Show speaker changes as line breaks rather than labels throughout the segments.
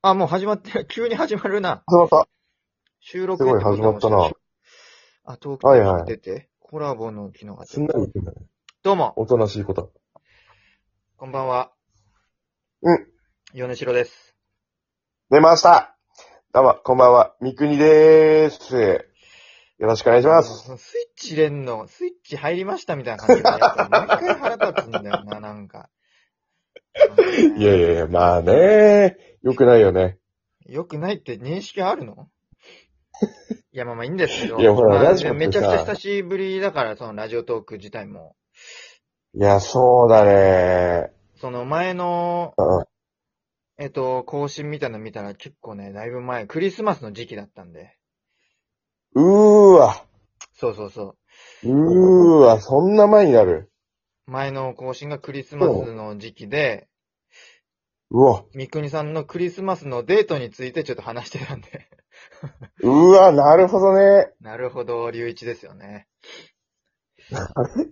あ、もう始まって、 急に始まるな。
始まった。
収録
すごい始まったな。
あ、トークテーマ出て、コラボの機能が出
すん
て。
なりいくんだね。
どうも、
おとなしい子だ。
こんばんは。
うん。
米城です。
出ましたどうも、こんばんは。みくにでーす。よろしくお願いします。
そのスイッチ入れんの、スイッチ入りましたみたいな感じでやると、毎回腹立つんだよな、なんか。
いやいやいや、まあねー。よくないよね。
よくないって認識あるのいや、まあまあいいんですけど。
いやほら
まあ
ラジオってさ
めちゃくちゃ久しぶりだから、そのラジオトーク自体も。
いや、そうだね
その前の、
ー。うん。
えっと、更新みたいなの見たら結構ね、だいぶ前、クリスマスの時期だったんで。
うーわ。
そうそうそう
ーわ、そんな前になる。
う。前の更新がクリスマスの時期で、
うわ。
三國さんのクリスマスのデートについてちょっと話してたんで。
うわ、なるほどね。
なるほど、龍一ですよね。
あれ
い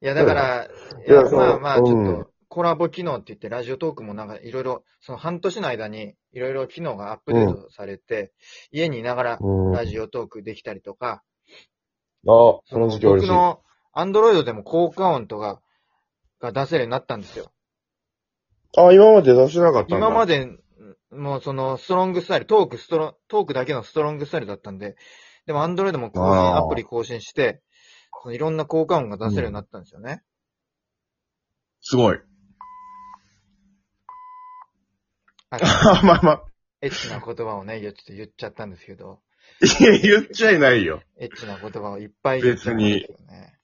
や、だから、い
いや
や、
そう
まあまあ、ち
うん
ょっと、コラボ機能って言って、ラジオトークもなんかいろいろ、その半年の間にいろいろ機能がアップデートされて、家にいながら
うん。あ
ラ、ジオトークできたりとか、
こ
そ
の
の
時期嬉
僕
しい。う
のアンドロイドでも効果音とかが出せるようになったんですよ。
あ、今まで出してなかったんだ。
今ま
で。
で、もうそのストロングスタイル、トークストロ、トークだけのストロングスタイルだったんで、でもアンドロイドも更新、
あー
アプリ更新して、そのいろんな効果音が出せるようになったんですよね。
すごい。
あ
あ、 まあまあ。
エッチな言葉をね、言っちょっと言っちゃったんですけど、
いや、言っちゃいないよ。
エッチな言葉をいっぱい言っちゃったんですよね。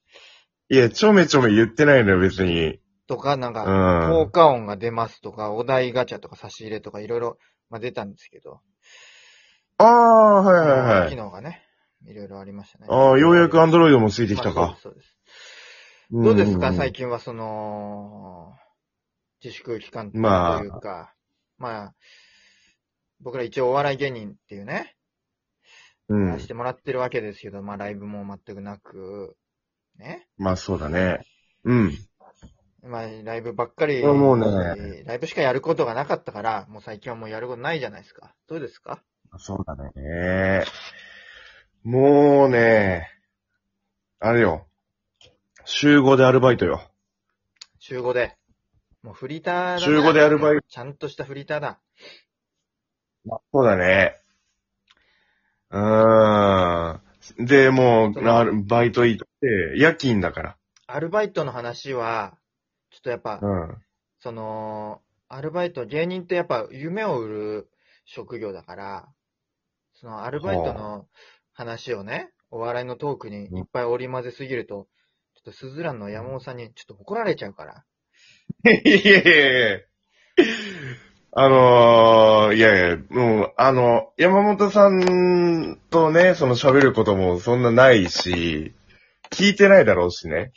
いや、ちょめちょめ言ってないのよ、別に。
とか、なんか、
う
効
ん。
果音が出ますとか、お題ガチャとか差し入れとかいろいろ、まあ、出たんですけど、
ああ、はいはいは
機
い。
能がね、いろいろありましたね。
ああ、ようやくアンドロイドもついて
で
きたか。
そうです。どうですか、
ん
最近はその、自粛期間という
まあ
か、まあ、僕ら一応お笑い芸人っていうね、
うん
し。てもらってるわけですけど、まあライブも全くなく、ね。
まあそうだね。うん。
まあライブばっかり、
いやもうね
ライブしかやることがなかったから、もう最近はもうやることないじゃないですか。どうですか
そうだね。もうね、あれよ。週5でアルバイトよ。
週5で。もうフリーターだな
週5でアルバイ
ちゃんとしたフリーターだ。
そうだね。うーん。で、もう、アルバイト行って、夜勤だから。
アルバイトの話は、ちょっとやっぱ、
うん。
その、アルバイト、芸人ってやっぱ夢を売る職業だから、そのアルバイトの話をね、お笑いのトークにいっぱい織り交ぜすぎると、ちょっとスズランの山本さんにちょっと怒られちゃうから。
いやいやいやあのー、いやいや、もう、あの、山本さんとね、その喋ることもそんなないし、聞いてないだろうしね。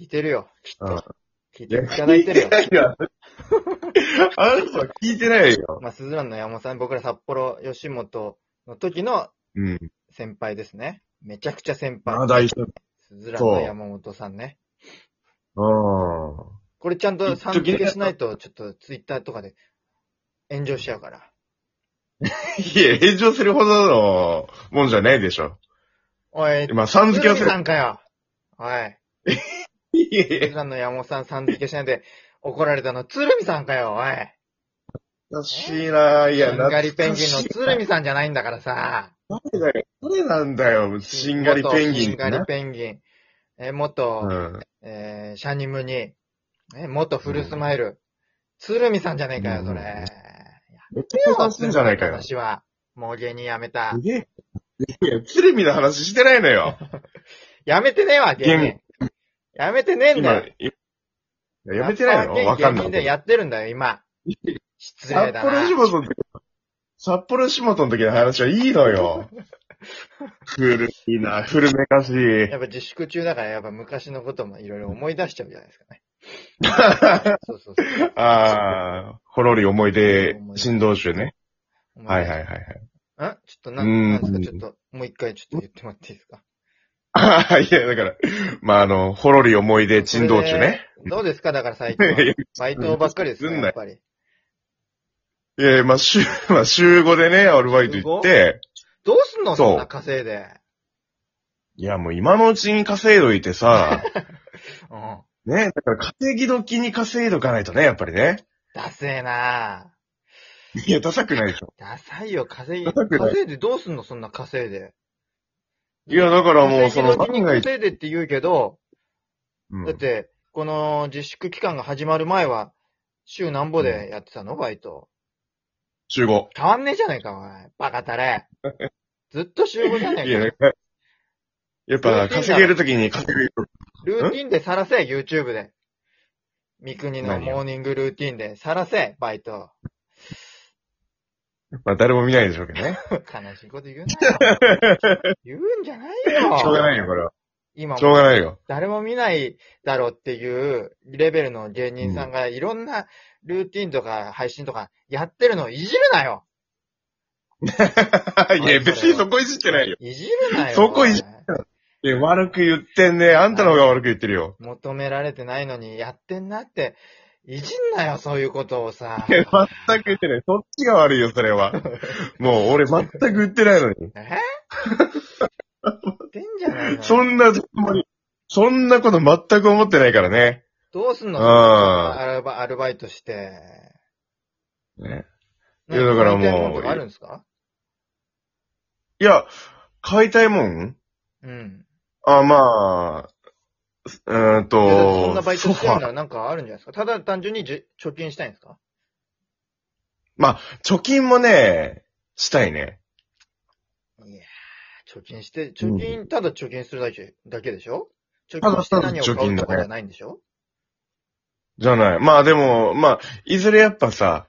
聞いてるよ、きっ
うん
と。聞いていただいてるよ。
聞いてないよ。あなたは聞いてないよ。
まあ、スズランの山本さん、僕ら札幌吉本の時の
うん。
先輩ですね。めちゃくちゃ先
まあ
輩。
大丈
スズランの山本さんね。
夫。うん。
これちゃんと
一時
さん付けしないと、ちょっとツイッターとかで炎上しちゃうから。
いや、炎上するほどのもんじゃないでしょ。
おい、
まあ、さん付けはす
鶴見さ。
る
んかよ。お
いやい
い、
や
スラの山本さんさん付けしないで怒られたの、鶴見さんかよ、おい。
懐かしいなぁ。いや、
シンガ
懐
リペン
か
ギンの
しい。
鶴見さんじゃないんだからさ。
誰だよ。誰なんだよ、しんがりペンギン
元シ
っ
ンガ
て
リ
な。
ペンギン。え、元、
うん。
えーシャニムニ。え、元フルスマイル。鶴見さんじゃねえかよ、それ。
うん
や
めっちゃ悲しいんじゃないかよ。
私は、もう芸人辞めた
す。げえ。いや、鶴見の話してないのよ。
辞めてねえわ、芸人
芸。
辞めてねえんだ
今
よ。、
いややめてないの
やっぱ
わ
芸
か
芸
んな
人で
い。
やってるんだよ、今。失礼
札
だ
幌
な
仕。事の時、札幌仕事の時の話はいいのよ。 古いな、古めかし
や
い。
っぱ自粛中だから、やっぱ昔のこともいろいろ思い出しちゃうじゃないですか ね。そうそうそう。
ああ、ほろり思い出、振動酒ね。はいはい
い。
はいはい。
んちょっとな、
うーん
なんですか、ちょっと、もう一回ちょっと言ってもらっていいですか。
ああ、い や、だから、まあ、あの、ほろり思い出、振動酒ね。
それで。どうですかだから最近は。バイトばっかりです
す
か
んなよ
やっぱり。
いやいや、まあ、週、まあ、週5でね、アルバイト行って、
どうすんの
そう
そんな稼いで。
いや、もう今のうちに稼いどいて さ、
うん。
ね、だから稼ぎ時に稼いどかないとね、やっぱりね。
ダセえない
や、ダサくないでしょ。
ダサいよ、稼い、
ダサくない
稼いでどうすんのそんな稼いで。
いや、だからもう、その、
稼ぎ
何
の
が
時
い
に稼
い、
いでって言うけど、
うん
だって、この自粛期間が始まる前は、週なんぼでやってたのバイト。
週5。
変わんねえじゃねえか、おい。バカた れ。ずっと週5じゃね
い
え
や、
か
なん。かやっぱ、稼げる時に稼ぐよ。
ルーティンでさらせ、YouTube で。三国のモーニングルーティンでさらせ、バイト。
まあ、誰も見ないでしょうけどね。
悲しいこと言う なよ。言うんじゃないよ。
しょうがないよ、これは。
今
しょう
も
がないよ。
誰も見ないだろうっていうレベルの芸人さんがいろんなルーティンとか配信とかやってるのをいじるなよ。
いや、別にそこいじってないよ。
いじるなよ。
そこいじ
お前
いや、悪く言ってんね。あんたの方が悪く言ってるよ。
求められてないのにやってんなって、いじんなよ、そういうことをさ
い。や、全く言ってない。そっちが悪いよ、それ は。もう、俺全く言ってないのに。
えやってんじゃないの
そんな、つもりそんなこと全く思ってないからね。
どうすんの
あー
アルバアルバイトして。
ねいやだからもう
何やりたいものとかあるんですか
いや、買いたいもん
うん。
あ、まあ、すうーん
いやだって
と、
そんなバイトしてる
ソフ
な
ァー
らなんかあるんじゃないですかただ単純にじゅ貯金したいんですか
貯金もね、したいね。
いやー貯金して、貯金、ただ貯金するだけだけでしょ貯
だ
金して何を
ただ貯
買
金
う
だ
と
ね
かじゃないんでしょ
じゃない。まあでも、まあ、いずれやっぱさ、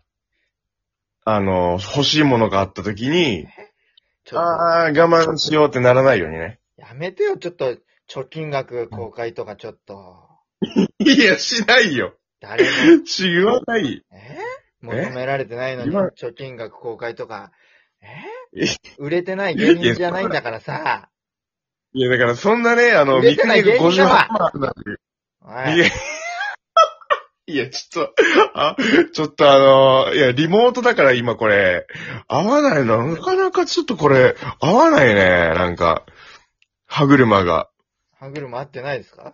あの、欲しいものがあった時に、
ちょっ
ああー、我慢しようってならないようにね。
と、やめてよ、ちょっと、貯金額公開とかちょっと、
いや、しないよ。
誰も、
し言わない。
え求められてないのに、
今
貯金額公開とか、え売れてない芸人じゃないんだからさ、
いや、だからそんなね、あの、
売れてない
見かけ
芸人だわ
58万なんて
お
い
い
や、 いや、ちょっと、あ、ちょっとあの、いや、リモートだから今これ、合わないな。なかなかちょっとこれ、合わないね。なんか、歯車が。
歯車合ってないですか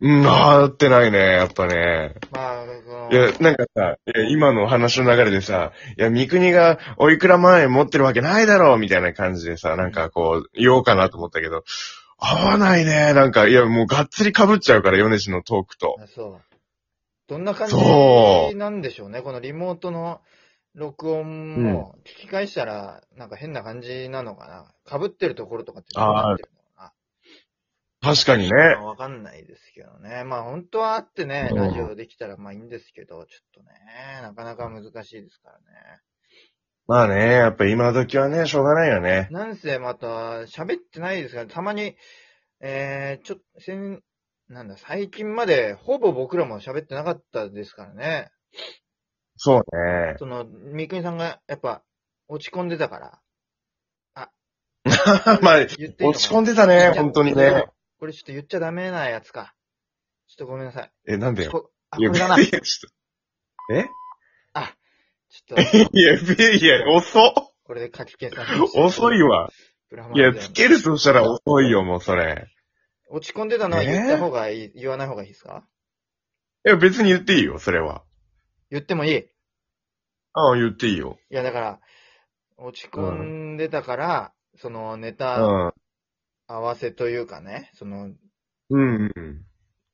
うん、合ってないね、やっぱね。
まあ、その、
いや、なんかさ、いや今の話の流れでさ、いや、三国がおいくら万円持ってるわけないだろう、みたいな感じでさ、なんかこう、言おうかなと思ったけど、合わないね、なんか、いや、もうがっつり被っちゃうから、米氏のトークと。
あそう。どんな感
そ
じなんでしょうね。このリモートの録音も聞き返したら、なんか変な感じなのかな。被ってるところとかってどうなってるのか
確かにね。
な。まあわかんないですけどね。まあ本当はあってね、
うん
ラジオできたらまあいいんですけど、ちょっとね、なかなか難しいですからね。
まあね、やっぱ今時はね、しょうがないよね。
なんせまた喋ってないですから、たまに、えー、ちょっと、せん、なんだ、最近までほぼ僕らも喋ってなかったですからね。
そうね。
その、三國さんが、やっぱ、落ち込んでたから。
ま
言
あ、
っていいのかな
落ち込んでたね、本当にね。。
これちょっと言っちゃダメなやつか。ちょっとごめんなさい。
え、なんでよ。
こあ、これだな。
い
ち
や、ちょっと。
ょ
え
っと、
いや、べいや、遅
これで書き消さ
っ遅い。わ。
ブラマ
い
ヨ
や、
で
つけるとしたら遅いよ、もうそれ。
落ち込んでたのは言った方がいい、言わない方がいいですか
いや、別に言っていいよ、それは。
言ってもいい。い
ああ、言っていいよ。
や、だから、落ち込んでたから、その、ネ
う
タ
ん。
合わせというかね、その、
うん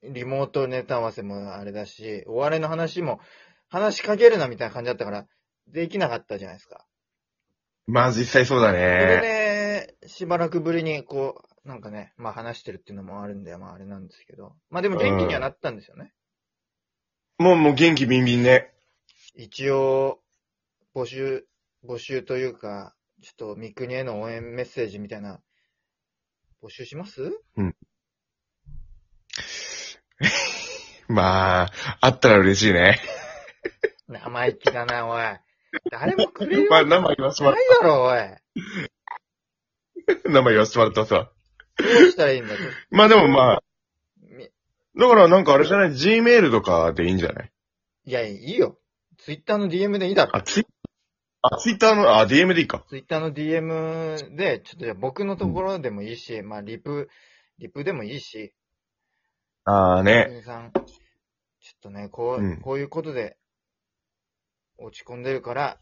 うん。
リモートネタ合わせもあれだし、お笑いの話も、話しかけるなみたいな感じだったから、できなかったじゃないですか。
まあ、実際そうだ
それ
ね。
で、しばらくぶりに、こう、なんかね、まあ話してるっていうのもあるんで、まああれなんですけど。まあでも元気にはなったんですよね。
もう、もう元気ビンビンね。
一応、募集、募集というか、ちょっと三国への応援メッセージみたいな、募集します
まあ、あったら嬉しいね。
生意気だな、おい。誰もくれる
ま
わ
あ、
けない
生言わせても
だ
らっ
ろ、おい。
た、生言わせてもらったさ。
どうしたらいいんだと。
まあでもまあ、
み
だからなんかあれじゃない ?Gmail とかでいいんじゃない
いや、いいよ。ツイッターの DM でいいだろ。
あ、ツイあ、ツイッターの、あ、DM でいいか。
ツイッターの DM で、ちょっとじゃあ僕のところでもいいし、まあ、リプ、リプでもいいし、
あーね。
皆さん、ちょっとね、こう、
うん
こういうことで、落ち込んでるから、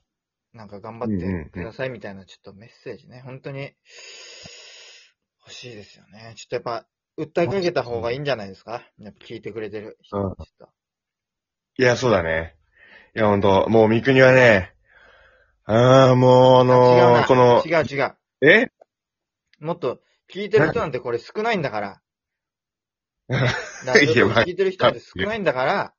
なんか頑張
うんうんう
っ
ん
てくださいみたいな、ちょっとメッセージね、本当に、欲しいですよね。ちょっとやっぱ、訴えかけた方がいいんじゃないですかやっぱ聞いてくれてる人、
うん
ちょっ
いや、そうだね。いや、ほんと、もう三国はね、あー、もう、
と。違う
あの
な
ー、この、
違う違う。
え
もっと、聞いてる人なんてこれ少ないんだ から。ラジオトーク聞いてる人なんて少ないんだから、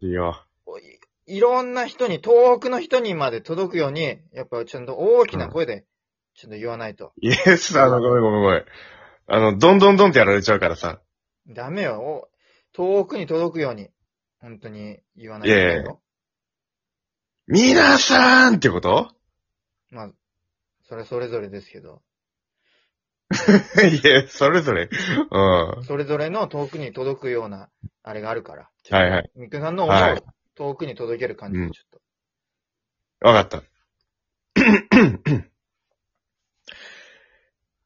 いいよ。
こういいろんな人に、遠くの人にまで届くように、やっぱちゃんと大きな声で、ちょっと言わないと。
イエス、あの、ごめんごめんごめん。あの、どんどんどんってやられちゃうからさ。
ダメよ。お遠くに届くように、本当に言わない
い
と
やいやい
い
や
よ。
皆さんってこと
まあ、それはそれぞれですけど、
いや、それぞれ。うん。は
それぞれの遠くに届くような、あれがあるから。
いはい。
みくさんの思い
は
を
い
遠くに届ける感じで、
うん
ちょっと。
わかった。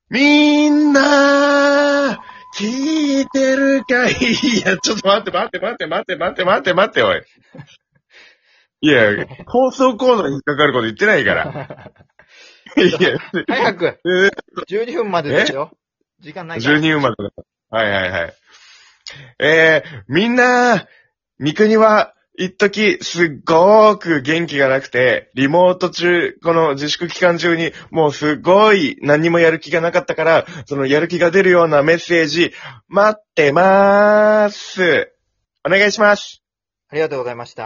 みんな、聞いてるかいいや、ちょっと待って待って待って待って待って待って待って、おい。いや、放送コードに引っかかること言ってないから。いや、
早く
え
!12 分までですよ。時間ないから。
12生まれだから。はいはいはい。えー、みんな、三国は、一時すっごーく元気がなくて、リモート中、この自粛期間中に、もうすっごい何もやる気がなかったから、そのやる気が出るようなメッセージ、待ってまーす。お願いします。
ありがとうございました。